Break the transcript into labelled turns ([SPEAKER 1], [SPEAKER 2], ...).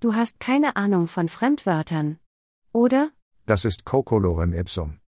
[SPEAKER 1] Du hast keine Ahnung von Fremdwörtern. Oder?
[SPEAKER 2] Das ist Kokolorem ipsum.